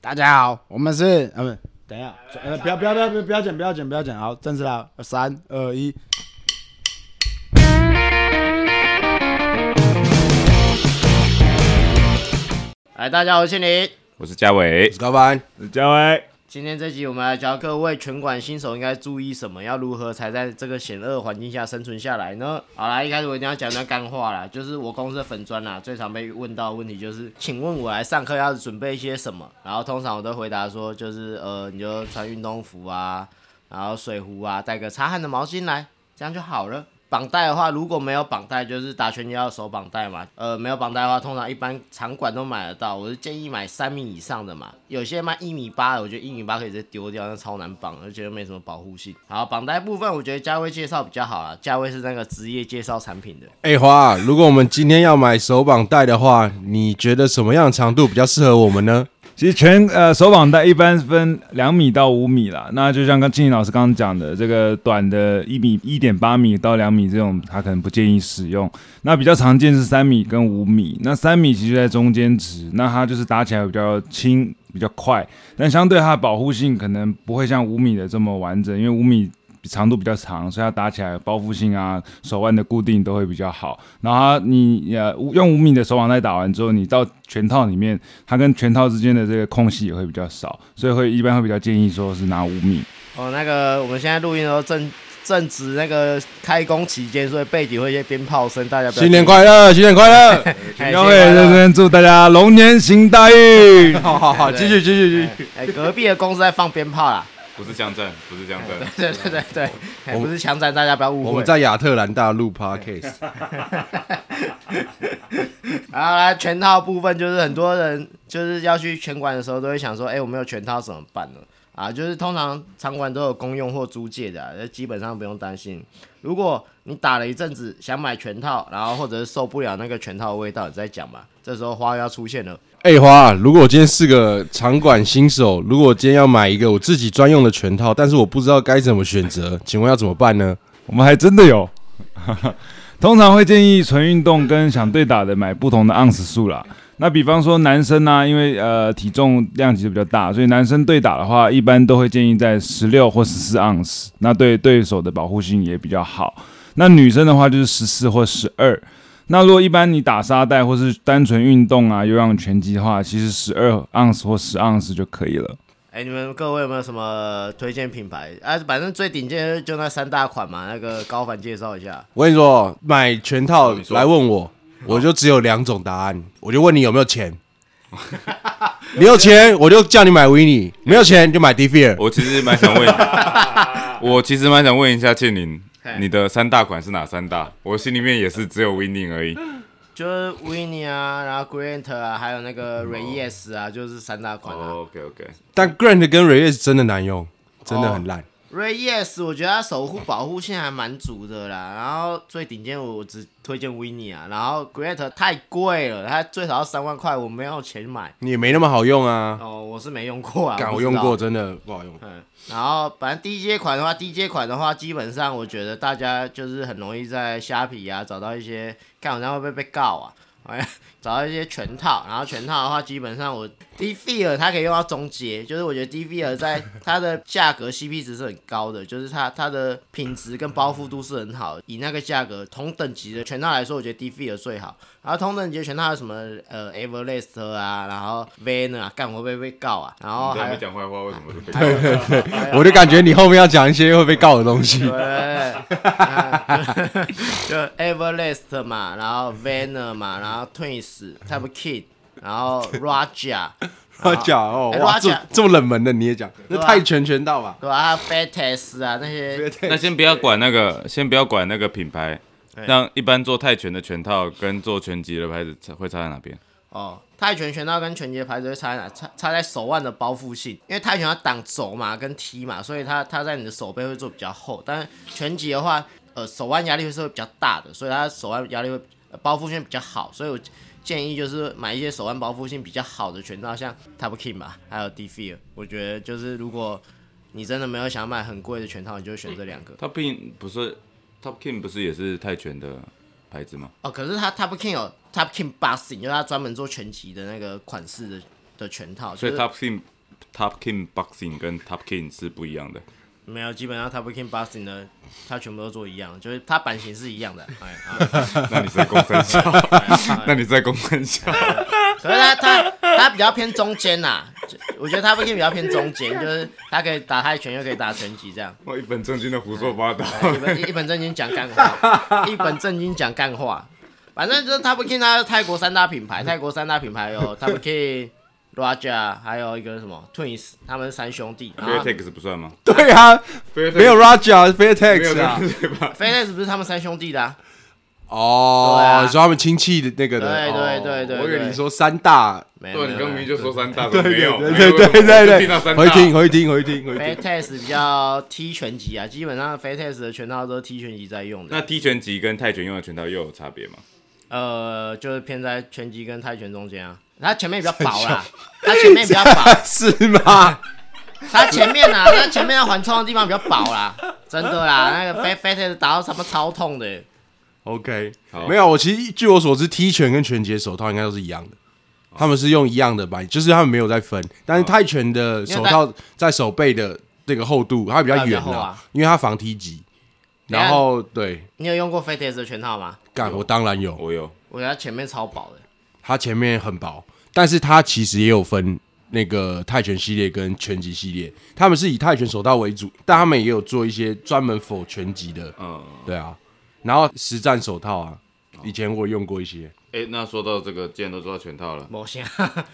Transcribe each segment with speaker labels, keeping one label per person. Speaker 1: 大家好，我们是呃不，等一下，呃不要不要不要不要不要剪不要剪不要剪，好，正式啦，三二一。
Speaker 2: 来，大家好，我是林。
Speaker 3: 我是嘉伟，
Speaker 4: 高班，
Speaker 3: 嘉伟，
Speaker 2: 今天这集我们来教各位拳馆新手应该注意什么，要如何才在这个险恶环境下生存下来呢？好啦，一开始我一定要讲段干话啦，就是我公司的粉砖啦，最常被问到的问题就是，请问我来上课要准备些什么？然后通常我都回答说，就是呃，你就穿运动服啊，然后水壶啊，带个擦汗的毛巾来，这样就好了。绑带的话，如果没有绑带，就是打拳击要手绑带嘛。呃，没有绑带的话，通常一般场馆都买得到。我是建议买三米以上的嘛，有些卖一米八的，我觉得一米八可以直接丢掉，那超难绑，而且又没什么保护性。好，绑带部分我觉得价位介绍比较好啦，价位是那个职业介绍产品的。
Speaker 4: 哎、花，如果我们今天要买手绑带的话，你觉得什么样的长度比较适合我们 呢？
Speaker 3: 其实全呃手绑带一般分两米到五米啦，那就像刚静怡老师刚刚讲的，这个短的一米一点八米到两米这种，他可能不建议使用。那比较常见是三米跟五米，那三米其实在中间值，那它就是打起来比较轻，比较快，但相对它的保护性可能不会像五米的这么完整，因为五米。长度比较长，所以它打起来包覆性啊、手腕的固定都会比较好。然后它你呃五用五米的手绑带打完之后，你到拳套里面，它跟拳套之间的这个空隙也会比较少，所以会一般会比较建议说是拿五米。
Speaker 2: 哦，那个我们现在录音的时候正正值那个开工期间，所以背景会一些鞭炮声，大家不要
Speaker 4: 新年快乐，新年快 乐！
Speaker 2: 哎
Speaker 3: 各
Speaker 2: 新
Speaker 3: 位
Speaker 2: 年快乐
Speaker 3: 认真祝大家龙年行大运！
Speaker 4: 好好好，继续继续继续。
Speaker 2: 哎，隔壁的公司在放鞭炮啦。
Speaker 5: 不是江镇，不是江镇，
Speaker 2: 对对对对，哎不是强占，大家不要误
Speaker 4: 我
Speaker 2: 会
Speaker 4: 们。在亚特兰大录 podcast，
Speaker 2: 然后来全套部分，就是很多人就是要去拳馆的时候，都会想说，哎、我没有全套怎么办呢？啊，就是通常场馆都有公用或租借的、啊，就基本上不用担心。如果你打了一阵子，想买全套，然后或者是受不了那个全套的味道，你再讲吧。这时候花要出现了，
Speaker 4: 哎、花，如果我今天是个场馆新手，如果我今天要买一个我自己专用的拳套，但是我不知道该怎么选择，请问要怎么办呢？
Speaker 3: 我们还真的有。 通常会建议纯运动跟想对打的买不同的盎司数啦。那比方说男生呢、因为呃体重量级就比较大，所以男生对打的话，一般都会建议在十六或十四盎司，那对对手的保护性也比较好。那女生的话就是十四或十二。那如果一般你打沙袋或是单纯运动啊，有氧拳击的话，其实十二盎司或十盎司就可以了。
Speaker 2: 哎、你们各位有没有什么推荐品牌？啊，反正最顶尖的就那三大款嘛。那个高凡介绍一下，
Speaker 4: 我跟你说，买拳套
Speaker 5: 你说
Speaker 4: 来问我，我就只有两种答案，我就问你有没有 钱。你有钱，我就叫你买维尼；没有钱就买 d f i r
Speaker 5: 我其实蛮 想问，我其实蛮想问一下倩玲，你的三大款是哪三大？我心里面也是只有 Winning 而已。
Speaker 2: 就是 Winnie 啊，然后 Grant 啊，还有那
Speaker 4: 嗯
Speaker 2: 个 Reyes
Speaker 4: 哦
Speaker 2: 啊，就是三大款啊。
Speaker 5: OK OK，
Speaker 4: 但 Grant 跟 Ray 是真的难用，真的很烂。
Speaker 2: Reyes，我觉得他守护保护性还蛮足的啦。然后最顶尖我我只推荐 Winnie 啊，然后 Great 太贵了，它最少要三万块，我没有钱买。
Speaker 4: 你也没那么好用啊，
Speaker 2: 哦，我是没用过啊，
Speaker 4: 敢
Speaker 2: 不
Speaker 4: 我
Speaker 2: 知道
Speaker 4: 用过，。真的不好用。
Speaker 2: 嗯，然后反正低阶款的话，低阶款的话，基本上我觉得大家就是很容易在虾皮啊找到一些，看好像会不会被告啊， 哎，找到一些全套，然后全套的话，基本上我 d f i r 它可以用到中阶，就是我觉得 d f i r 在它的价格 CP 值是很高的，就是它它的品质跟包覆度是很好的，以那个价格同等级的全套来说，我觉得 d f i r 最好。然后同等级的全套有什么呃 Everlast 啊，然后 Van 啊，干我会不会被告啊？然后
Speaker 5: 你
Speaker 2: 还
Speaker 5: 还没
Speaker 2: 有
Speaker 5: 讲坏话，为什么是被
Speaker 2: 还有
Speaker 4: 我就感觉你后面要讲一些会被告的东西。
Speaker 2: 哎对，啊就 Everlast 嘛，然后 Vanner 嘛，然后 Twins、Type Kid，然后 Raja，
Speaker 4: 我讲哦，
Speaker 2: 哎
Speaker 4: 哇，
Speaker 2: 乱讲
Speaker 4: 这这么冷门的你也讲，
Speaker 2: 对
Speaker 4: 那
Speaker 2: 啊
Speaker 4: 太拳拳道吧？
Speaker 2: 对吧、啊？还有 Fetes 啊那些，
Speaker 5: 那先不要管那个，先不要管那个品牌
Speaker 2: 对，
Speaker 5: 让一般做泰拳的拳套跟做拳击的牌子差会差在哪边？
Speaker 2: 哦，泰拳拳套跟拳击的牌子会差在哪？差差在手腕的包覆性，因为泰拳它挡肘嘛跟踢嘛，所以它它在你的手背会做比较厚，但是拳击的话，呃，手腕压力会是会比较大的，所以它手腕压力会呃包覆性比较好，所以我建议就是买一些手腕包覆性比较好的拳套，像 Top King 吧，还有 d f e e r 我觉得就是如果你真的没有想买很贵的拳套，你就会选这两个。
Speaker 5: Top King 不是 Top King 不是也是泰拳的牌子吗？
Speaker 2: 哦，可是它 Top King 有 Top King Boxing，就是它专门做拳击的那个款式的的拳套，
Speaker 5: 所以
Speaker 2: 就是
Speaker 5: Top King Top King Boxing 跟 Top King 是不一样的。
Speaker 2: 没有，基本上 Top King Boxing 呢，它全部都做一样，就是它版型是一样的。 哎，啊
Speaker 5: 那你是在公三 小？那你是在公三小？
Speaker 2: 可是它它它比较偏中间呐、就我觉得 Top King 比较偏中间，就是它可以打泰拳，又可以打拳击这样。
Speaker 5: 我一本正经的胡说八道。
Speaker 2: 一本一本正经讲干话，一本正经讲干话。反正就是 Top King 它是泰国三大品牌，泰国三大品牌有 Top King、Raja，还有一个什么 Twins，他们是三兄弟。然
Speaker 5: Fair
Speaker 2: 后
Speaker 5: Tax 不算吗？
Speaker 4: 对啊，没
Speaker 5: 没
Speaker 4: 有 Raja 非
Speaker 5: 没有
Speaker 4: Tax 啊。
Speaker 5: 对吧？
Speaker 2: Felix 不是他们三兄弟的、啊，对
Speaker 4: 哦
Speaker 2: 啊，
Speaker 4: 你说他们亲戚的那个的，
Speaker 2: 对对对对
Speaker 4: 哦我以为
Speaker 2: 对
Speaker 4: 你说三大，
Speaker 2: 没有
Speaker 5: 对，你刚明明就说三大，
Speaker 4: 对
Speaker 5: 怎么没
Speaker 4: 对
Speaker 5: 有，
Speaker 4: 对
Speaker 5: 哦没
Speaker 4: 对
Speaker 5: 有
Speaker 4: 对对
Speaker 5: 我就听到三
Speaker 4: 对，
Speaker 5: 大
Speaker 4: 回听回听回听 回
Speaker 2: f a，t
Speaker 4: 听
Speaker 2: e s 比较踢拳击啊，基本上 f a t e s 的拳套都是踢拳击在用的，
Speaker 5: 那踢拳击跟泰拳用的拳套又有差别吗？
Speaker 2: 呃，就是偏在拳击跟泰拳中间啊。它前面比较薄啦，它前面比较薄，
Speaker 4: 是吗？
Speaker 2: 它前面啊，它前面要缓冲的地方比较薄啦，真的啦，那个 Fat Fat 打到他妈超痛的，
Speaker 4: OK，
Speaker 5: 好
Speaker 4: 没有，啊我其实据我所知，踢拳跟拳击的手套应该都是一样的，他们是用一样的吧，就是他们没有在分。但是泰拳的手套在手背的这个厚度，它比较
Speaker 2: 比
Speaker 4: 远
Speaker 2: 较厚
Speaker 4: 啦
Speaker 2: 啊，
Speaker 4: 因为它防踢击。
Speaker 2: 等一下
Speaker 4: 然后对，
Speaker 2: 你有用过 Fat Fat 的拳套吗？
Speaker 4: 干我当然有，
Speaker 5: 我有，
Speaker 2: 我觉得它前面超薄的，
Speaker 4: 它前面很薄，但是它其实也有分那个泰拳系列跟拳击系列，他们是以泰拳手套为主，但他们也有做一些专门否拳击的，
Speaker 5: 嗯，
Speaker 4: 对啊。然后实战手套啊，以前我有用过一些。
Speaker 5: 哎，那说到这个，既然都说到拳套了，
Speaker 2: 某些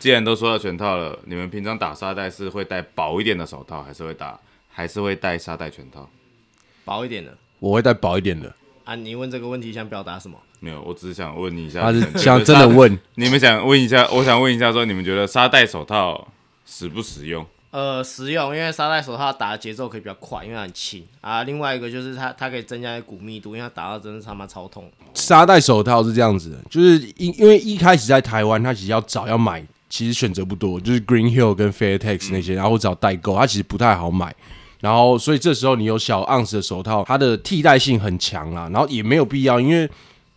Speaker 5: 既然都说到拳套了，你们平常打沙袋是会戴薄一点的手套，还是会打，还是会戴沙袋拳套？
Speaker 2: 薄一点的
Speaker 4: 我会带薄一点的。
Speaker 2: 啊。你问这个问题想表达什么？
Speaker 5: 没有，我只是想问一下，
Speaker 4: 他
Speaker 5: 你
Speaker 4: 是
Speaker 5: 们觉
Speaker 4: 想
Speaker 5: 得
Speaker 4: 真的
Speaker 5: 沙
Speaker 4: 问，
Speaker 5: 你们想问一下，我想问一下，说你们觉得沙袋手套实不实用？
Speaker 2: 呃，实用，因为沙袋手套打的节奏可以比较快，因为它很轻啊。另外一个就是它它可以增加骨密度，因为它打到真的他妈超痛。
Speaker 4: 沙袋手套是这样子的，就是因因为一开始在台湾，它其实要找要买，其实选择不多，就是 Green Hill 跟 Fairtex 那些，然后找代购，它其实不太好买。然后，所以这时候你有小盎司的手套，它的替代性很强啦，然后也没有必要，因为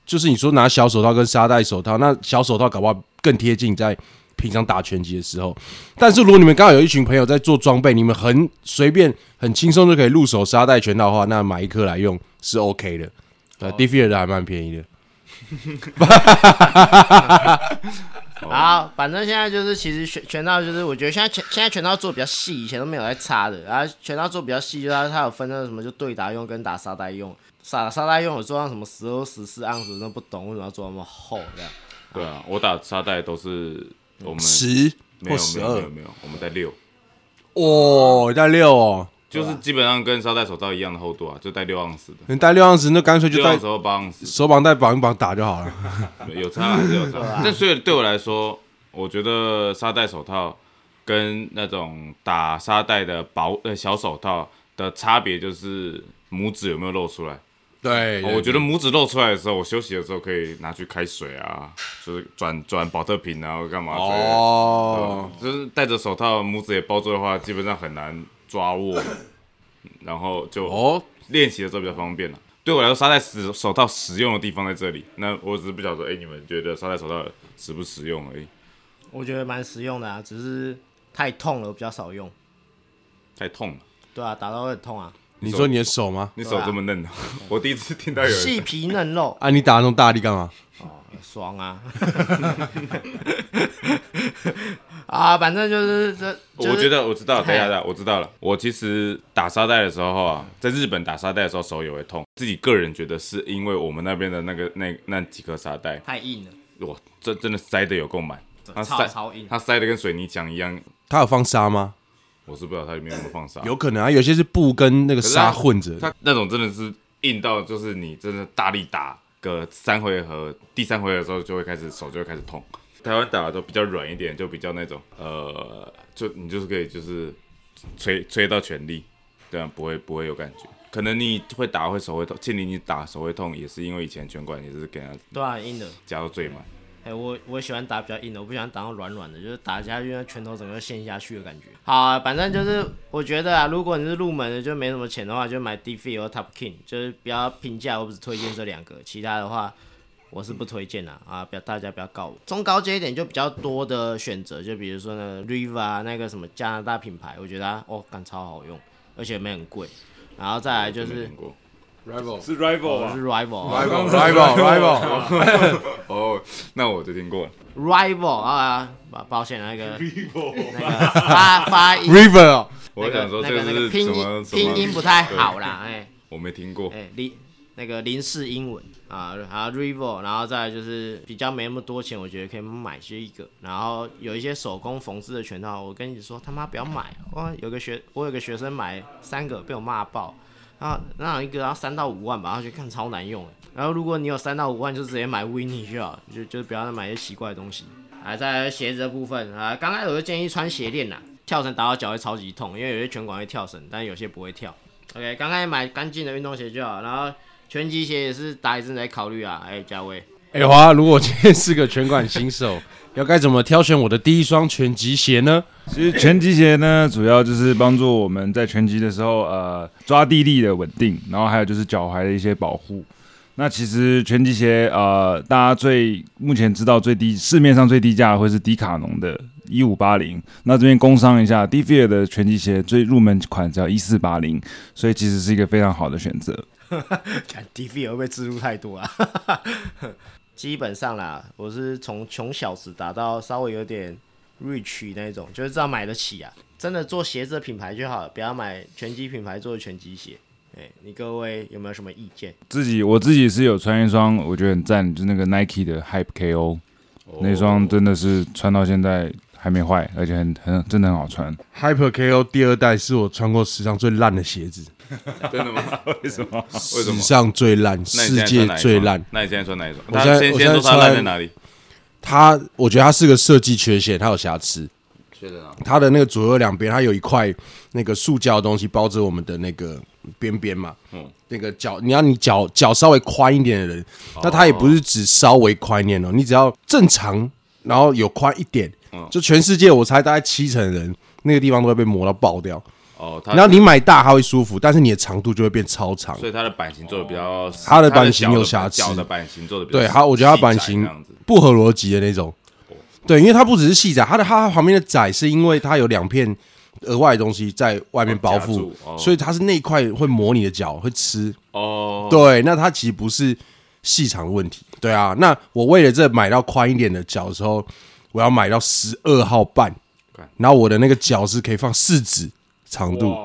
Speaker 4: 就是你说拿小手套跟沙袋手套，那小手套搞不好更贴近在平常打拳击的时候。但是如果你们刚好有一群朋友在做装备，你们很随便、很轻松就可以入手沙袋拳套的话，那买一颗来用是 OK 的。对
Speaker 5: 啊
Speaker 4: d e f i 的还蛮便 宜的。
Speaker 5: 哦
Speaker 2: 好，反正现在就是，其实拳拳套就是，我觉得现在拳现在拳套做比较细，以前都没有在擦的。然后拳套做比较细，就是它它有分那个什么，就对打用跟打沙袋用。沙沙袋用有做到什么十二十四盎司，我都不懂为什么要做那么厚这样。
Speaker 5: 对啊，我打沙袋都是我们
Speaker 4: 十
Speaker 5: 没
Speaker 4: 或
Speaker 5: 有
Speaker 4: 十
Speaker 5: 没有没
Speaker 4: 二
Speaker 5: 有，没有，我们在六，
Speaker 4: 哦，你带六哦，
Speaker 5: 就是基本上跟沙袋手套一样的厚度啊，就戴六盎司的，
Speaker 4: 你带六盎司，那干脆就
Speaker 5: 六
Speaker 4: 带
Speaker 5: 盎司或八盎司，
Speaker 4: 手绑带绑一绑打就 好了。
Speaker 5: 有差还是有 差。但所以对我来说，我觉得沙袋手套跟那种打沙袋的薄呃小手套的差别就是拇指有没有露出来。
Speaker 4: 对
Speaker 5: 哦我觉得拇指露出来的时候，我休息的时候可以拿去开水啊， 就是转转保特瓶啊，或啊干嘛之类的。
Speaker 4: 哦，
Speaker 5: 就是戴着手套，拇指也包住的话，基本上很难抓握， 嗯然后就
Speaker 4: 哦，
Speaker 5: 练习的时候比较方便了。对我来说，沙袋手手套实用的地方在这里。那我只是不想说，哎、你们觉得沙袋手套实不实用而已，
Speaker 2: 我觉得蛮实用的啊，只是太痛了，我比较少用。
Speaker 5: 太痛了。
Speaker 2: 对啊，打到会很痛啊，
Speaker 4: 你说你的手吗？
Speaker 5: 你手这么嫩、啊， 我第一次听到有人
Speaker 2: 细皮嫩肉，
Speaker 4: 啊，你打那种大力干嘛？
Speaker 2: 爽啊！ 啊，反正就是这，就是、
Speaker 5: 我觉得我知道了，等一下，等一下我知道了。我其实打沙袋的时候啊，在日本打沙袋的时候手也会痛，自己个人觉得是因为我们那边的那个那那几颗沙袋，
Speaker 2: 太硬了，
Speaker 5: 哇，这真的塞的有够满，它
Speaker 2: 超
Speaker 5: 塞
Speaker 2: 超硬
Speaker 5: 它塞的跟水泥墙一样。
Speaker 4: 他有放沙吗？
Speaker 5: 我是不知道它里面有没 有放沙，
Speaker 4: 有可能啊，有些是布跟那个
Speaker 5: 可是
Speaker 4: 沙
Speaker 5: 它
Speaker 4: 混着。
Speaker 5: 它那种真的是硬到就是你真的大力打个三回合，第三回合的时候就会开始手就会开始痛。台湾打的都比较软一点，就比较那种呃，就你就是可以就是吹吹到全力，这样不会不会有感觉。可能你会打会手会痛，庆林你打手会痛也是因为以前拳馆也是给他
Speaker 2: 对啊，很硬的。
Speaker 5: 加到最满。
Speaker 2: 哎、我我喜欢打比较硬的，我不喜欢打到软软的，就是打下去那拳头整个陷下去的感觉。好、啊，反正就是我觉得啊，如果你是入门的，就没什么 E 钱的话，就买 d f 和 Top King，就是比较平价，我只推荐这两个，其他的话我是不推荐啦、啊，不要大家不要告我。中高阶一点就比较多的选择，就比如说呢，Riva 那个什么加拿大品牌，我觉得它哦，感超好用，而且没很贵。然后再来哎就
Speaker 5: 没
Speaker 2: 是
Speaker 5: 听过
Speaker 4: Rival
Speaker 3: 是 rival
Speaker 2: 我
Speaker 3: 吧
Speaker 2: 是 Rival 啊
Speaker 4: Rival Rival Rival，
Speaker 5: 哦，那我就听过了。
Speaker 2: Rival 啊，保保险那个那个发发音
Speaker 4: River 哦
Speaker 5: 我
Speaker 2: 那
Speaker 5: 想
Speaker 2: 个
Speaker 5: 说
Speaker 2: 那
Speaker 5: 这
Speaker 2: 个那
Speaker 5: 是
Speaker 2: 个
Speaker 5: 什
Speaker 2: 拼
Speaker 5: 么
Speaker 2: 音
Speaker 5: 什么
Speaker 2: 拼音不太好啦，哎
Speaker 5: 我没听过。
Speaker 2: 哎林那个林氏英文啊，然后 Rival，然后再来就是比较没那么多钱，我觉得可以买这一个，然后有一些手工缝制的拳套，我跟你说他妈不要买，哦哇，有个学我有个学生买三个被我骂爆，然后那一个要三到五万吧，他觉得看超难用的，然后如果你有三到五万就直接买 Winnie 就好，就就不要再买一些奇怪的东西。啊，在鞋子的部分啊，刚开始我就建议穿鞋链啦，跳绳打到脚会超级痛，因为有些拳馆会跳绳，但有些不会跳。OK，刚开始买干净的运动鞋就好，然后拳击鞋也是打一阵来考虑啊。哎、嘉威，
Speaker 4: 哎华，如果我今天是个拳馆新手， 要该怎么挑选我的第一双拳击鞋呢？
Speaker 3: 其实拳击鞋呢，主要就是帮助我们在拳击的时候，呃，抓地力的稳定，然后还有就是脚踝的一些保护。那其实拳击鞋，呃，大家最目前知道最低市面上最低价的会是迪卡侬的一五八零，那这边工商一下 d f i r 的拳击鞋最入门款只要一四八零，所以其实是一个非常好的选择。
Speaker 2: 看 DV 会不会植入太多啊？ 基本上啦，我是从穷小子打到稍微有点 rich 那一种，就是知道买得起啊。真的做鞋子的品牌就好了，不要买拳击品牌做的拳击鞋。哎、你各位有没有什么意见？
Speaker 3: 自己我自己是有穿一双，我觉得很赞，就是那个 Nike 的 Hype KO，、那双真的是穿到现在还没坏，而且很很真的很好穿。
Speaker 4: Hyper KO 第二代是我穿过史上最烂的鞋子，
Speaker 5: 真的吗？ 为什么？为什
Speaker 4: 史
Speaker 5: 么？
Speaker 4: 上最烂，
Speaker 5: 那你
Speaker 4: 世
Speaker 5: 现在
Speaker 4: 界
Speaker 5: 穿哪一
Speaker 4: 最
Speaker 5: 双
Speaker 4: 烂。
Speaker 5: 那你现在穿哪一双？
Speaker 4: 我现在
Speaker 5: 他先
Speaker 4: 我
Speaker 5: 先
Speaker 4: 现
Speaker 5: 说
Speaker 4: 在
Speaker 5: 它烂在
Speaker 4: 穿
Speaker 5: 哪里？
Speaker 4: 它，我觉得它是个设计缺陷，它有瑕疵。
Speaker 5: 确认啊。
Speaker 4: 它的那个左右两边，它有一块那个塑胶的东西包着我们的那个边边嘛，嗯
Speaker 5: 嗯，
Speaker 4: 那个脚，你要你脚脚稍微宽一点的人，
Speaker 5: 哦
Speaker 4: 那它也不是只稍微宽一点哦，你只要正常，然后有宽一点，
Speaker 5: 嗯
Speaker 4: 就全世界我猜大概七成的人那个地方都会被磨到爆掉。
Speaker 5: 哦，它
Speaker 4: 然后你买大它会舒服，但是你的长度就会变超长
Speaker 5: 所。以它的版型做的比较，
Speaker 4: 它哦的版型有瑕疵
Speaker 5: 脚的版型做的比较
Speaker 4: 对，它我觉得它版
Speaker 5: 细
Speaker 4: 型
Speaker 5: 窄这样子哦
Speaker 4: 不合逻辑的那种。对，因为它不只是细窄，它的它旁边的窄是因为它有两片额外的东西在外面包
Speaker 5: 哦
Speaker 4: 覆
Speaker 5: 夹住，哦
Speaker 4: 所以它是那一块会磨你的脚，会吃。
Speaker 5: 哦，
Speaker 4: 对，那它其实不是细长的问题。对啊，那我为了这买到宽一点的脚的时候，我要买到十二号半
Speaker 5: 干，
Speaker 4: 然后我的那个脚是可以放四指长度。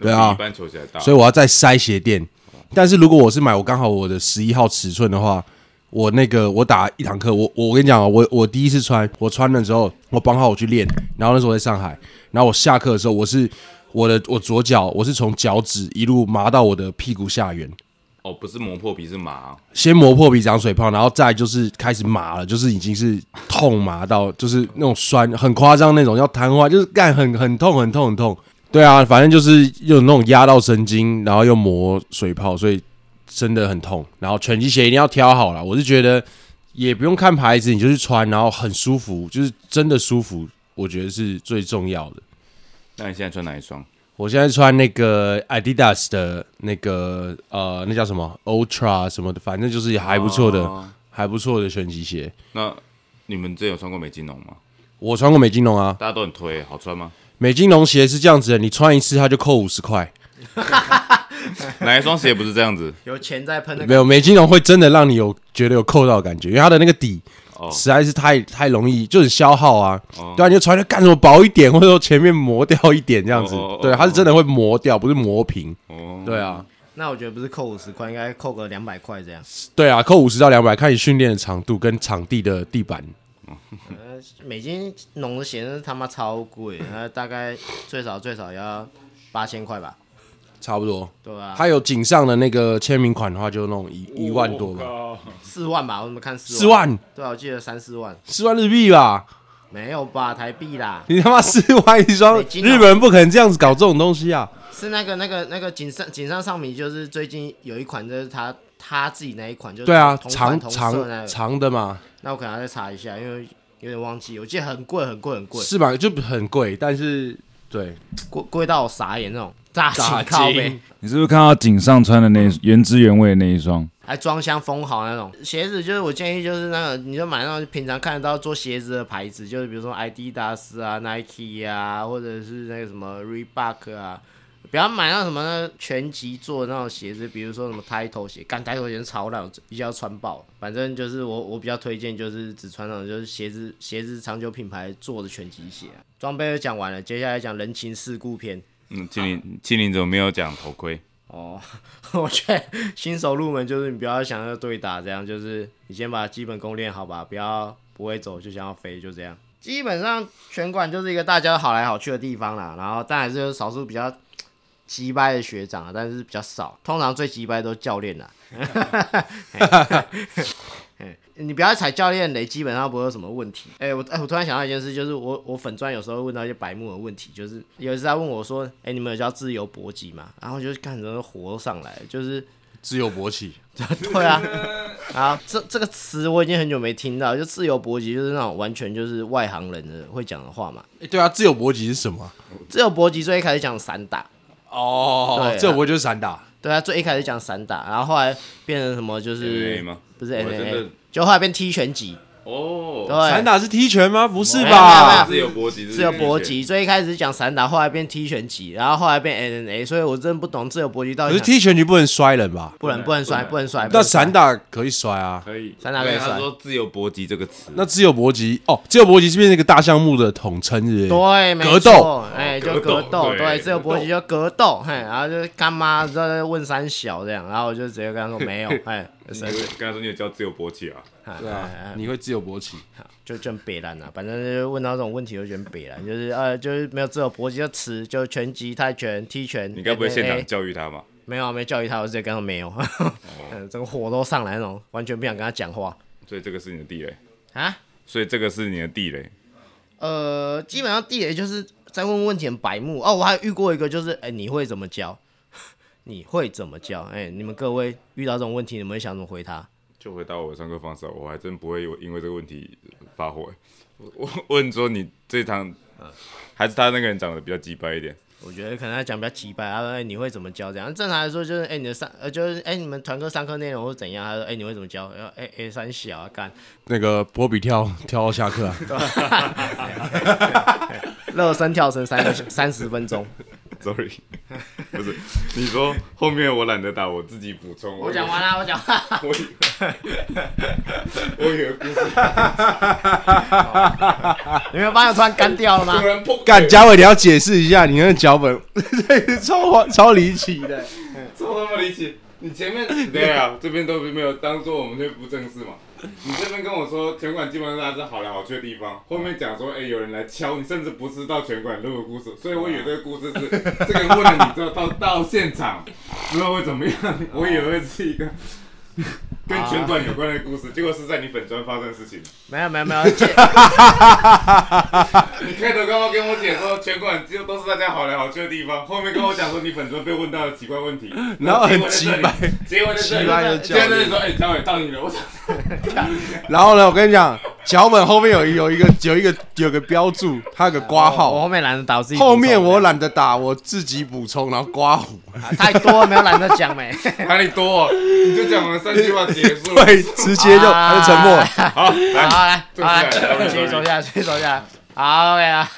Speaker 4: 对啊
Speaker 5: 比一般球鞋还大，
Speaker 4: 所以我要再塞鞋垫。但是如果我是买我刚好我的十一号尺寸的话，我那个我打一堂课，我我我跟你讲啊，我我第一次穿，我穿了之后，我绑好我去练，然后那时候我在上海，然后我下课的时候，我是我的我左脚我是从脚趾一路麻到我的屁股下缘，
Speaker 5: 哦，不是磨破皮是麻，
Speaker 4: 先磨破皮长水泡，然后再来就是开始麻了，就是已经是痛麻到，就是那种酸很夸张那种，要瘫痪，就是干很很痛很痛很痛。对啊，反正就是有那种压到神经，然后又磨水泡，所以真的很痛。然后拳击鞋一定要挑好了，我是觉得也不用看牌子，你就是穿，然后很舒服，就是真的舒服，我觉得是最重要的。
Speaker 5: 那你现在穿哪一双？
Speaker 4: 我现在穿那个 Adidas 的那个呃，那叫什么 Ultra 什么的，反正就是还不错的，
Speaker 5: 哦
Speaker 4: 还不错的拳击鞋。
Speaker 5: 那你们之前有穿过美津浓吗？
Speaker 4: 我穿过美津浓啊，
Speaker 5: 大家都很推，好穿吗？
Speaker 4: 美津浓鞋是这样子的，你穿一次它就扣五十块，
Speaker 5: 哪一双鞋不是这样子？
Speaker 2: 有钱在喷那
Speaker 4: 没
Speaker 2: 个
Speaker 4: 有美津浓会真的让你有觉得有扣到的感觉，因为它的那个底
Speaker 5: 哦
Speaker 4: 实在是太太容易，就很消耗啊。
Speaker 5: 哦
Speaker 4: 对啊，你就穿着干什么薄一点，或者 说前面磨掉一点这样子，
Speaker 5: 哦哦哦
Speaker 4: 对，它是真的会磨掉，不是磨平。
Speaker 5: 哦，
Speaker 4: 对啊，
Speaker 2: 那我觉得不是扣五十块，应该扣个两百块这样。
Speaker 4: 对啊，扣五十到两百，看你训练的长度跟场地的地板。
Speaker 2: 呃，美金农的鞋真是他妈超贵，它大概最少最少要八千块吧，
Speaker 4: 差不多，
Speaker 2: 对吧、
Speaker 4: 它有颈上的那个签名款的话，就那种一一万多吧，
Speaker 3: 吧。
Speaker 2: 四万吧，我怎么看四
Speaker 4: 四？万
Speaker 2: 对啊，我记得三四万，
Speaker 4: 四万日币吧？
Speaker 2: 没有吧，台币啦，
Speaker 4: 你他妈四万一双，
Speaker 2: 美金啊
Speaker 4: 日本人不可能这样子搞这种东西啊！
Speaker 2: 是那个那个那个井上井上尚弥，就是最近有一款，就是他他自己那一款，就是
Speaker 4: 对啊，
Speaker 2: 同
Speaker 4: 长
Speaker 2: 款同色那
Speaker 4: 长
Speaker 2: 个，
Speaker 4: 长的嘛，
Speaker 2: 那我可能要再查一下，因为有点忘记，我记得很贵很贵很贵，
Speaker 4: 是吧？就很贵，但是对，
Speaker 2: 贵贵到 我傻眼那种，大
Speaker 4: 大
Speaker 2: 金靠
Speaker 4: 金
Speaker 2: 呗，
Speaker 3: 你是不是看到井上穿的那原汁原味的那一双？
Speaker 2: 还装箱封好那种鞋子，就是我建议就是那个，你就买那种平常看得到做鞋子的牌子，就是比如说 Adidas 啊、Nike 啊，或者是那个什么 Reebok 啊，不要买那种什么那全集做的那种鞋子，比如说什么 Title 鞋，干 Title 鞋超烂，我一定要穿爆。反正就是我我比较推荐就是只穿那种就是鞋子鞋子长久品牌做的全集鞋、啊。装备都讲完了，接下来讲人情世故篇。
Speaker 5: 嗯，精灵精灵怎么没有讲头盔？
Speaker 2: 哦， 我觉得新手入门就是你不要想要对打，这样就是你先把基本功练好吧，不要不会走就想要飞，就这样。基本上拳馆就是一个大家好来好去的地方啦，然后但还是有少数比较鸡掰的学长啊，但是比较少，通常最鸡掰都是教练啦。 你不要踩教练雷，基本上不会有什么问题。哎、我哎、我突然想到一件事，就是我我粉钻有时候会问到一些白目的问题，就是有一次他问我说：“哎、你们有教自由搏击吗？”然后我就看着火都上来了，就是
Speaker 4: 自由勃起，
Speaker 2: 对啊，啊，这这个词我已经很久没听到，就自由搏击就是那种完全就是外行人的会讲的话嘛。
Speaker 4: 哎，对啊，自由勃起是什么啊？
Speaker 2: 自由搏击最一开始讲散打，对
Speaker 4: 哦
Speaker 2: 啊，
Speaker 4: 自由勃起就是散打，
Speaker 2: 对啊，最一开始讲散打，然后后来变成什么就是
Speaker 5: MMA 吗
Speaker 2: 不是
Speaker 5: 我真
Speaker 2: MMA，
Speaker 5: 的
Speaker 2: 就后来变踢拳击，对，
Speaker 5: 哦，
Speaker 4: 散打是踢拳吗？不是
Speaker 2: 没有没有没有
Speaker 4: 吧？
Speaker 5: 自由搏击，
Speaker 2: 啊自由搏，击，最一开始讲散打，后来变踢拳击，然后后来变 MMA，所以我真的不懂自由搏击到
Speaker 4: 可
Speaker 2: 底
Speaker 4: 是
Speaker 2: 想。
Speaker 4: 踢拳你不能摔人吧？
Speaker 2: 不能不能摔，不能摔。不
Speaker 4: 那
Speaker 2: 能摔
Speaker 4: 散打可以摔啊。
Speaker 5: 可以。
Speaker 2: 三大可以
Speaker 5: 对他
Speaker 2: 算
Speaker 5: 说自由搏击这个词，
Speaker 4: 那自由搏击哦，自由搏击是变成一个大项目的统称，是不是？
Speaker 2: 对，没
Speaker 4: 格
Speaker 2: 错
Speaker 4: 斗，
Speaker 2: 哎，
Speaker 5: 格
Speaker 2: 就格
Speaker 5: 斗
Speaker 2: 斗，
Speaker 5: 对
Speaker 2: 对，自由
Speaker 5: 格
Speaker 2: 搏
Speaker 5: 斗
Speaker 2: 击就格斗，嘿，然后就是干妈在问三小这样，然后我就直接跟他说没 有，哎，
Speaker 5: 你刚才说你有教自由搏击啊？
Speaker 4: 对啊，你会自由勃起，
Speaker 2: 就就很北兰啊，反正就是问到这种问题我就觉得很北兰，就是呃就是没有自由搏击的词，就拳击、泰拳、踢拳，
Speaker 5: 你该不会
Speaker 2: MMA
Speaker 5: 现场哦教育他吧？
Speaker 2: 没有啊没教育他，我直接跟他说没有，嗯， 整个火都上来那种，完全不想跟他讲话
Speaker 5: 所以这个是你的地雷，
Speaker 2: 啊。
Speaker 5: 所以这个是你的地雷。
Speaker 2: 呃，基本上地雷就是在问问题很白目哦。我还遇过一个，就是哎、你会怎么教？ 你会怎么教？哎、你们各位遇到这种问题，你们会想怎么回他？
Speaker 5: 就回到我上课方式啊，我还真不会因为这个问题发火。我我问说你这堂，还是他那个人长得比较鸡掰一点，
Speaker 2: 我觉得可能他讲比较直白，他说：“哎、你会怎么教？”这样正常来说就是：“哎、你的上呃，就是哎、你们团课上课内容或怎样？”他说：“哎、你会怎么教？”然后哎哎三小啊，干
Speaker 4: 那个波比跳 跳到下课啊，
Speaker 2: 热身跳绳 三个三十分钟。
Speaker 5: Sorry，不是，你说后面我懒得打，我自己补充。
Speaker 2: 我讲完了，我讲完了。
Speaker 5: 我以为，我以为故
Speaker 2: 啊
Speaker 5: 事
Speaker 2: 你们发现我突然干掉了吗
Speaker 5: 突？然破
Speaker 4: 干，嘉伟，你要解释一下你那个脚本， 超超离奇的。
Speaker 5: 超他妈离奇！你前面对啊，这边都没有当做我们这不正式嘛。你这边跟我说拳馆基本上是好来好去的地方，后面讲说哎、有人来敲你，甚至不是到拳馆录的故事，所以我以为这个故事是这个问了你之后到到现场之后会怎么样，我以为是一个跟拳馆有关的故事，结果是在你本专发生的事情。
Speaker 2: 没有没有没有，这
Speaker 5: 你开头刚刚跟我姐说拳馆就都是大家好来好去的地方，后面跟我讲说你粉砖被问到了奇怪问题，
Speaker 4: 然后很
Speaker 5: 结尾在这里，结尾在这里，
Speaker 4: 奇怪的
Speaker 5: 现在在这里说哎，张伟到你了，我操，
Speaker 4: 然后呢，我跟你讲，脚本后面有有一个有一个有个标注，它有个挂
Speaker 2: 我
Speaker 4: 号，
Speaker 2: 后面懒得打，我自己
Speaker 4: 后面
Speaker 2: 补充
Speaker 4: 我懒得打，我自己补充，然后刮 胡。
Speaker 2: 啊太多了没有懒得讲没。
Speaker 5: 哪里多、哦？你就讲完三句话结束，
Speaker 4: 对，直接就
Speaker 2: 啊
Speaker 4: 他就沉默了。
Speaker 5: 好，来，
Speaker 2: 好，来，
Speaker 5: 坐
Speaker 2: 好来，
Speaker 5: 下来
Speaker 2: 我们继续走下去，走下来。好，OK 啊。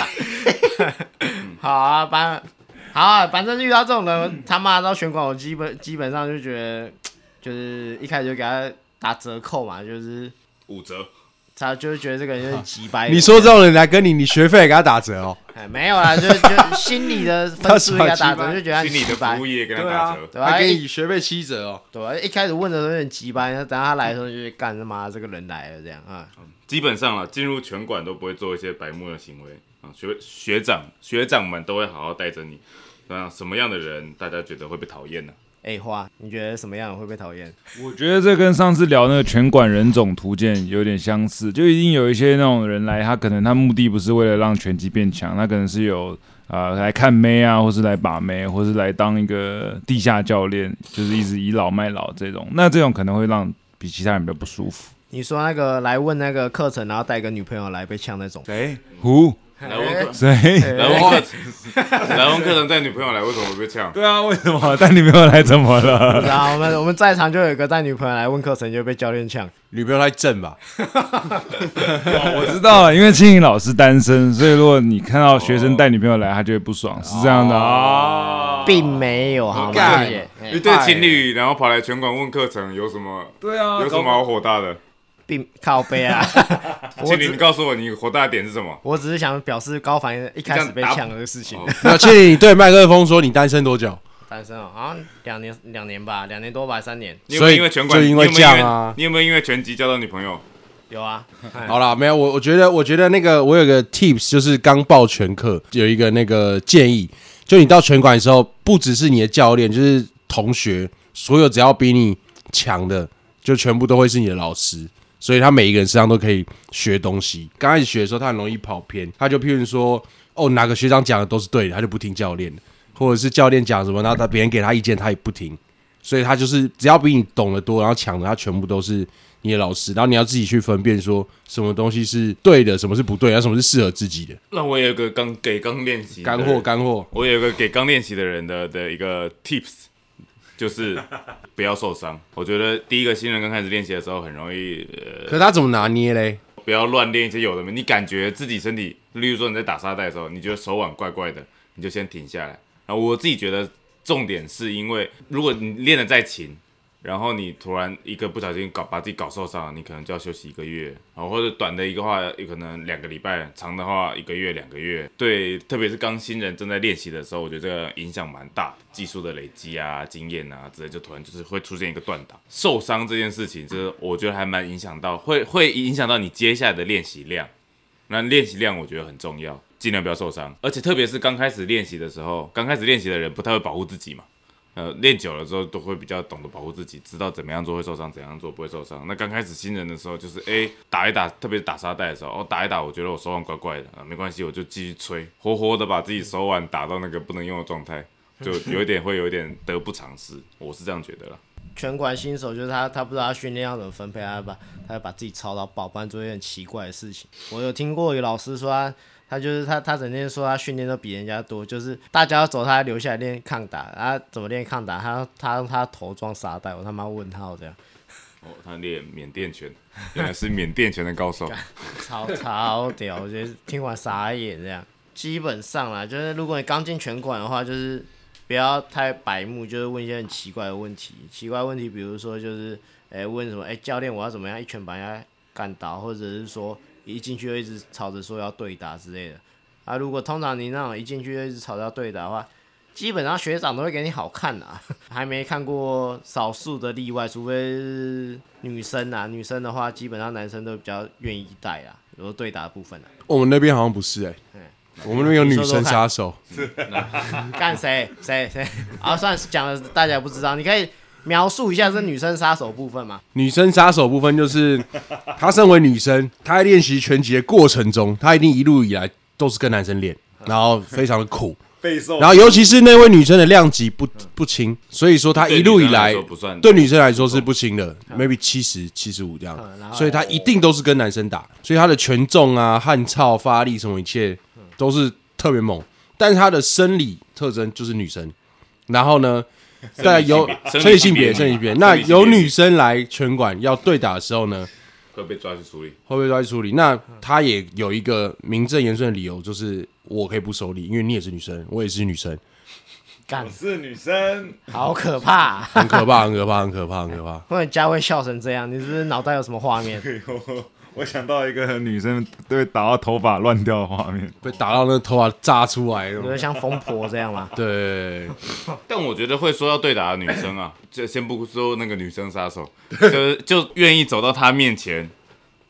Speaker 5: 嗯
Speaker 2: 好啊，反好啊，反正遇到这种人，他妈到选管，我基本基本上就觉得，就是一开始就给他打折扣嘛，就是
Speaker 5: 五折，
Speaker 2: 他就是觉得这个人就是急掰。
Speaker 4: 你说这种人来跟你，你学费也给他打折哦，
Speaker 2: 哎没有啦，就就心理的分数给他打折，就觉得他很
Speaker 5: 心里
Speaker 2: 急
Speaker 5: 的
Speaker 2: 掰
Speaker 5: 服务。业跟他打折，
Speaker 2: 对吧？
Speaker 4: 还给
Speaker 2: 一
Speaker 4: 你学费七折哦。
Speaker 2: 对吧？一开始问的时候有点急掰，然后等他来的时候就是干他妈这个人来了这样啊。
Speaker 5: 基本上了，进入拳馆都不会做一些白目的行为啊，学学长学长们都会好好带着你。那什么样的人大家觉得会被讨 厌呢？
Speaker 2: 哎花，你觉得什么样的会被讨厌？
Speaker 3: 我觉得这跟上次聊那个拳馆人种图鉴有点相似，就一定有一些那种人来，他可能他目的不是为了让拳击变强，他可能是有啊来看妹啊，或是来把妹，或是来当一个地下教练，就是一直倚老卖老这种。那这种可能会让比其他人比较不舒服。
Speaker 4: 哎
Speaker 2: 你说那个来问那个课程，然后带一个女朋友来被呛那种，
Speaker 4: 谁？
Speaker 3: 胡
Speaker 5: 莱文克
Speaker 3: 所以
Speaker 5: 莱文克莱文克能带女朋友来，为什么会被呛？
Speaker 3: 对啊，为什么？但你没有来，怎么了？
Speaker 2: 然后我们我们在场就有一个带女朋友来问课程就被教练呛，
Speaker 4: 女朋友太正 吧？
Speaker 3: 我知道了，因为青颖老师单身，所以如果你看到学生带女朋友来，他就会不爽，是这样的啊。
Speaker 2: 并没有好吗？
Speaker 4: 干
Speaker 2: 谢谢
Speaker 5: 一
Speaker 2: 哎
Speaker 5: 对情侣，然后跑来拳馆问课程有什么
Speaker 3: 对啊，
Speaker 5: 有什么好火大的？
Speaker 2: 并靠背啊，我
Speaker 5: 请你
Speaker 2: 只
Speaker 5: 告诉我，你火大的点是什么？
Speaker 2: 我只是想表示高凡一开始被呛的事情
Speaker 5: 哦。
Speaker 4: 那倩颖对麦克风说：“你单身多久
Speaker 2: 单身哦，好像两年两年吧，两年多吧，三年
Speaker 5: 你有没
Speaker 4: 所
Speaker 5: 有
Speaker 4: 以
Speaker 5: 因为拳馆，
Speaker 4: 就
Speaker 5: 你
Speaker 4: 因
Speaker 5: 有
Speaker 4: 为
Speaker 5: 没有
Speaker 4: 这样啊
Speaker 5: 你有没有因为拳击交到女朋友？
Speaker 2: 有啊。？”
Speaker 4: 好啦，没有我，我觉得，我觉得那个我有个 tips，就是刚报全课有一个那个建议，就你到拳馆的时候，不只是你的教练，就是同学，所有只要比你强的，就全部都会是你的老师。所以他每一个人身上都可以学东西。刚开始学的时候，他很容易跑偏，他就譬如说，哦，哪个学长讲的都是对的，他就不听教练的，或者是教练讲什么，然后他别人给他意见，他也不听。所以他就是只要比你懂得多，然后强的，他全部都是你的老师。然后你要自己去分辨说什么东西是对的，什么是不对的，然后什么是适合自己的。
Speaker 5: 让我有一个刚给刚练习的
Speaker 4: 干
Speaker 5: 人
Speaker 4: 货，干货。
Speaker 5: 我有一个给刚练习的人的的一个 tips，就是不要受伤。我觉得第一个新人刚开始练习的时候，很容易呃，
Speaker 4: 可他怎么拿捏嘞？
Speaker 5: 不要乱练一些有的没。你感觉自己身体，例如说你在打沙袋的时候，你觉得手腕怪怪的，你就先停下来。然后我自己觉得重点是因为，如果你练的再勤，然后你突然一个不小心搞把自己搞受伤了，你可能就要休息一个月，然后或者短的一个话，有可能两个礼拜，长的话一个月、两个月。对，特别是刚新人正在练习的时候，我觉得这个影响蛮大，技术的累积啊、经验啊之类，就突然就是会出现一个断档。受伤这件事情，就是我觉得还蛮影响到，会会影响到你接下来的练习量。那练习量我觉得很重要，尽量不要受伤，而且特别是刚开始练习的时候，刚开始练习的人不太会保护自己嘛。呃，练久了之后都会比较懂得保护自己，知道怎么样做会受伤，怎样做不会受伤。那刚开始新人的时候，就是诶打一打，特别是打沙袋的时候，哦打一打，我觉得我手腕怪怪的啊、没关系，我就继续吹，活活的把自己手腕打到那个不能用的状态，就有一点会有一点得不偿失，我是这样觉得啦。
Speaker 2: 拳馆新手就是他，他不知道他训练要怎么分配，他把他把自己操到爆，不然做一件奇怪的事情。我有听过有老师说他，他就是他，他整天说他训练都比人家多，就是大家要走，他还留下来练抗打，他怎么练抗打？他他他头撞沙袋，我他妈问号这样，
Speaker 5: 哦，他练缅甸拳，原来是缅甸拳的高手。
Speaker 2: 超超屌，我觉得听完傻眼这样。基本上啦，就是如果你刚进拳馆的话，就是不要太白目，就是问一些很奇怪的问题。奇怪的问题，比如说就是，哎、问什么，哎、教练我要怎么样一拳把人家干倒，或者是说一进去就一直吵着说要对打之类的。啊，如果通常你那种一进去就一直吵着要对打的话，基本上学长都会给你好看啊， 还没看过少数的例外，除非是女生啊，女生的话基本上男生都比较愿意带啊，有时候对打的部分啊，
Speaker 4: 我们那边好像不是哎、我们那边有女生杀手，
Speaker 2: 干谁谁谁 啊，算是讲了大家也不知道，你可以描述一下这女生杀手部分吗？
Speaker 4: 女生杀手部分 就是，她身为女生，她在练习拳击的过程中，她一定一路以来都是跟男 生练，然后非常的苦，
Speaker 5: 备受
Speaker 4: 然后尤其是那位女生的量级不不轻，所以说她一路以来
Speaker 5: 对女生来说不算嗯
Speaker 4: 对女生来说是不轻的，maybe 七十七十五这样
Speaker 2: 嗯然，后
Speaker 4: 所以她一定都是跟男生打，所以她的权重啊、汗操、发力什么一切都是特别猛，但是她的生理特征就是女生，然后呢，对有
Speaker 5: 生理性别
Speaker 4: 生理性
Speaker 5: 生
Speaker 4: 别、
Speaker 5: 理性别
Speaker 4: 生理性别，
Speaker 5: 生理性别
Speaker 4: 那有女生来拳馆要对打的时候呢，
Speaker 5: 会被抓去处理。
Speaker 4: 会不会抓去处理？那她也有一个名正言顺的理由，就是我可以不收力，因为你也是女生，我也是女生。
Speaker 2: 干，
Speaker 5: 是女生，
Speaker 2: 好可怕啊、
Speaker 4: 很可怕，很可怕，很可怕，很可怕。
Speaker 2: 或者家会笑成这样，你是不是脑袋有什么画面？
Speaker 3: 我想到一个女生对打到头发乱掉的画面，
Speaker 4: 被打到那头发炸出来那
Speaker 2: 有
Speaker 4: 种。
Speaker 2: 点像疯婆这样吗？
Speaker 4: 对，
Speaker 5: 但我觉得会说要对打的女生啊， 就先不说那个女生杀手，就是就愿意走到他面前，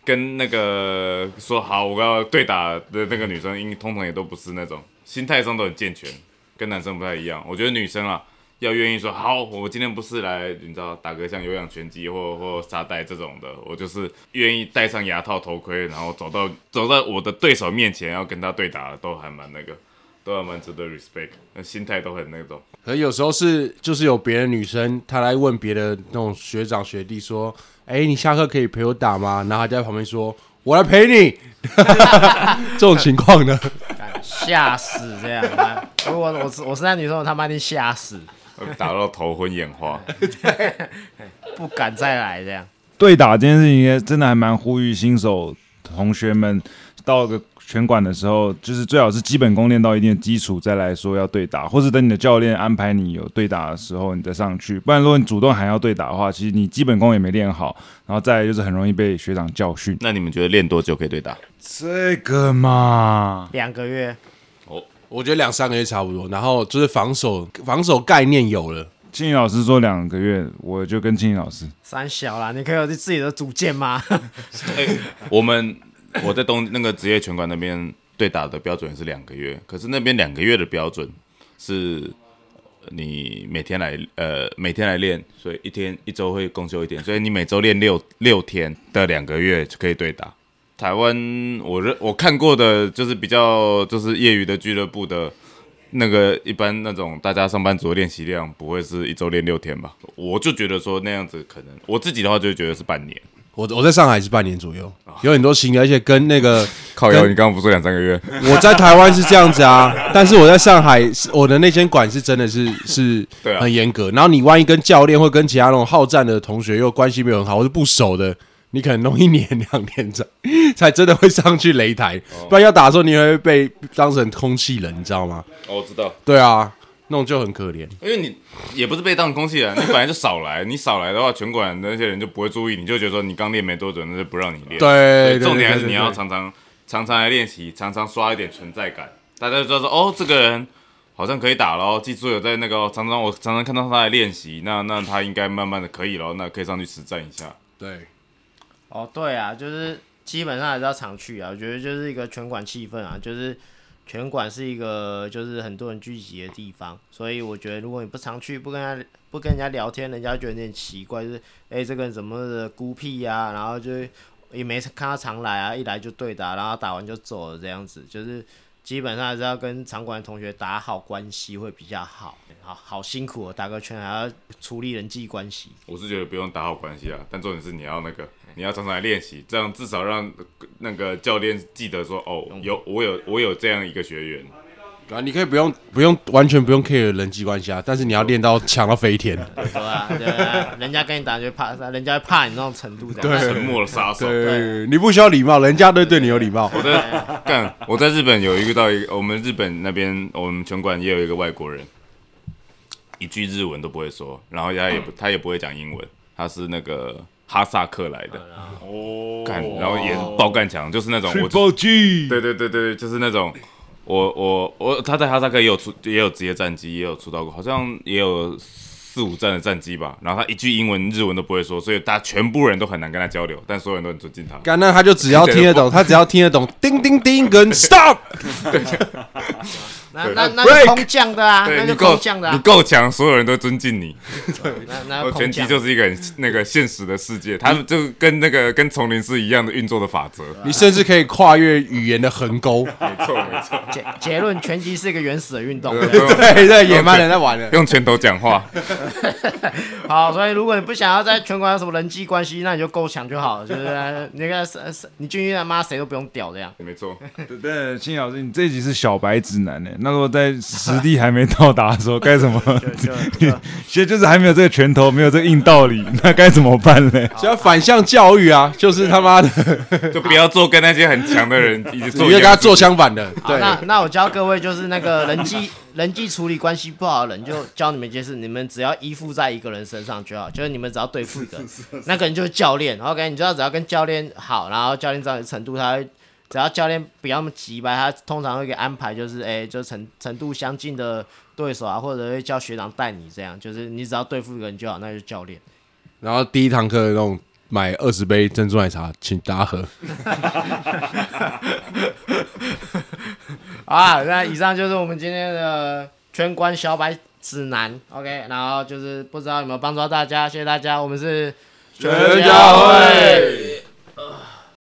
Speaker 5: 跟那个说好我要对打的那个女生，应通常也都不是那种心态上都很健全，跟男生不太一样。我觉得女生啊，要愿意说好，我今天不是来你知道打个像有氧拳击或或沙袋这种的，我就是愿意戴上牙套头盔，然后走到走到我的对手面前，要跟他对打，都还蛮那个。都还蛮值得 respect，那心态都很那种。
Speaker 4: 可是有时候是就是有别的女生，她来问别的那种学长学弟说：“哎、你下课可以陪我打吗？”然后她就在旁边说：“我来陪你。这种情况呢，
Speaker 2: 吓死这样。 啊如果我是我是那女生，我他妈一定吓死，
Speaker 5: 打到头昏眼花。
Speaker 2: 不敢再来这样。
Speaker 3: 对打这件事情，也真的还蛮呼吁新手同学们到个拳馆的时候，就是最好是基本功练到一定的基础，再来说要对打，或是等你的教练安排你有对打的时候，你再上去。不然，如果你主动喊要对打的话，其实你基本功也没练好，然后再来就是很容易被学长教训。
Speaker 5: 那你们觉得练多久可以对打？
Speaker 3: 这个嘛，
Speaker 2: 两个月
Speaker 4: 我觉得两三个月差不多。然后就是防守，防守概念有了，
Speaker 3: 庆怡老师说两个月，我就跟庆怡老师，
Speaker 2: 三小啦，你可以有自己的主见吗？
Speaker 5: 我们我在东那个职业拳馆那边对打的标准是两个月，可是那边两个月的标准是呃你每天来呃每天来练，所以一天一周会公休一天，所以你每周练六六天的两个月就可以对打。台湾我认我看过的就是比较就是业余的俱乐部的。那个一般那种大家上班族的练习量不会是一周练六天吧？我就觉得说那样子可能我自己的话就觉得是半年。
Speaker 4: 我我在上海是半年左右，
Speaker 5: 哦
Speaker 4: 有很多新的，而且跟那个
Speaker 5: 靠腰，你刚刚不是说两三个月？
Speaker 4: 我在台湾是这样子 啊，但是我在上海是，我的那间馆是真的是是
Speaker 5: 对啊
Speaker 4: 很严格。然后你万一跟教练或跟其他那种好战的同学又关系没有很好，或是不熟的，你可能弄一年两年才才真的会上去擂台，
Speaker 5: 哦
Speaker 4: 不然要打的时候你会被当成空气人，你知道吗？
Speaker 5: 哦，我知道，
Speaker 4: 对啊，那种就很可怜。
Speaker 5: 因为你也不是被当空气人，你本来就少来，你少来的话，拳馆那些人就不会注意，你就觉得说你刚练没多久，那就不让你练。
Speaker 4: 对，对
Speaker 5: 重点还
Speaker 4: 对
Speaker 5: 是
Speaker 4: 对
Speaker 5: 你要
Speaker 4: 对
Speaker 5: 常常常常来练习，常常刷一点存在感，大家就知道说哦，这个人好像可以打咯，记住有在那个哦常常我常常看到他来练习，那那他应该慢慢的可以咯，那可以上去实战一下。
Speaker 4: 对。
Speaker 2: 哦，对啊，就是基本上还是要常去啊。我觉得就是一个拳馆气氛啊，就是拳馆是一个就是很多人聚集的地方，所以我觉得如果你不常去，不跟人家不跟人家聊天，人家觉得有点奇怪，就是哎、这个人怎么的孤僻呀、然后就是也没看他常来啊，一来就对打，然后打完就走了这样子，就是。基本上还是要跟场馆的同学打好关系会比较好，好好辛苦哦，打个拳还要处理人际关系。
Speaker 5: 我是觉得不用打好关系啊，但重点是你要那个，你要常常来练习，这样至少让那个教练记得说哦，有我有我有这样一个学员。
Speaker 4: 啊，你可以不用不用完全不用 care 人际关系啊，但是你要练到强到飞天。
Speaker 2: 对啊，对啊，人家跟你打就怕，人家会怕你那种程度这样。
Speaker 5: 沉默的杀手。
Speaker 4: 对，你不需要礼貌，人家都对你有礼貌。
Speaker 5: 我在干，我在日本有遇到一个，我们日本那边我们拳馆也有一个外国人，一句日文都不会说，然后他也不他也不会讲英文，他是那个哈萨克来的，干，然后也是爆干强，就是那种我
Speaker 3: 暴击，
Speaker 5: 对对对对，对就是那种。我我我，他在哈萨克也有出，也有职业战绩，也有出道过，好像也有四五战的战绩吧。然后他一句英文、日文都不会说，所以大家全部人都很难跟他交流，但所有人都很尊敬他。
Speaker 4: 干，那他就只要听得懂，他只要听得懂叮叮叮跟 stop，
Speaker 2: 那那那就
Speaker 4: Break
Speaker 2: 空降的啊，
Speaker 5: 对
Speaker 2: 那
Speaker 5: 你
Speaker 2: 就
Speaker 5: 够
Speaker 2: 空降的
Speaker 5: 你
Speaker 2: 啊，
Speaker 5: 够强，所有人都尊 敬你。
Speaker 2: 那那就
Speaker 5: 哦，拳
Speaker 2: 空
Speaker 5: 击
Speaker 2: 降。嗯
Speaker 5: 就是一个很那个现实的世界，它就跟那个跟丛林是一样的运作的 法则。
Speaker 4: 你甚至可以跨越语言的横沟。
Speaker 5: 没错没 错，
Speaker 2: 结结论，拳击是一个原始的运动。
Speaker 4: 对 对，野蛮人在玩的。
Speaker 5: 用拳头讲话，
Speaker 2: 好，所以如果你不想要在拳馆有什么人际关系，那你就够强就好了，就是呃那个是是你进去他妈谁都不用屌这样。
Speaker 5: 没错。
Speaker 3: 对对，庆怡老师，你这一集是小白指南呢、那如果在实地还没到达的时候，该怎么？
Speaker 2: 就就
Speaker 3: 其实就是还没有这个拳头，没有这个硬道理，那该怎么办嘞？
Speaker 4: 只要反向教育啊，就是他妈的，
Speaker 5: 就不要做跟那些很强的人一起
Speaker 4: 你
Speaker 5: 做
Speaker 4: 就
Speaker 5: 一
Speaker 4: 跟他
Speaker 5: 样的事。
Speaker 4: 做相反的。
Speaker 2: 好，
Speaker 4: 对，
Speaker 2: 那那我教各位就是那个人际人际处理关系不好的人，就教你们一件事，你们只要依附在一个人身上就好，就是你们只要对付一个人，那个人就是教练。OK，你知道只要跟教练好，然后教练知道你的程度，他会只要教练不要那么急吧，他通常会给安排就是哎、就程程度相近的对手啊，或者会叫学长带你这样，就是你只要对付一个人就好，那就是教练。
Speaker 4: 然后第一堂课那种买二十杯珍珠奶茶，请大家喝。
Speaker 2: 好啊，那以上就是我们今天的全关小白指南，OK，然后就是不知道有没有帮助到大家，谢谢大家，我们是全
Speaker 4: 家会。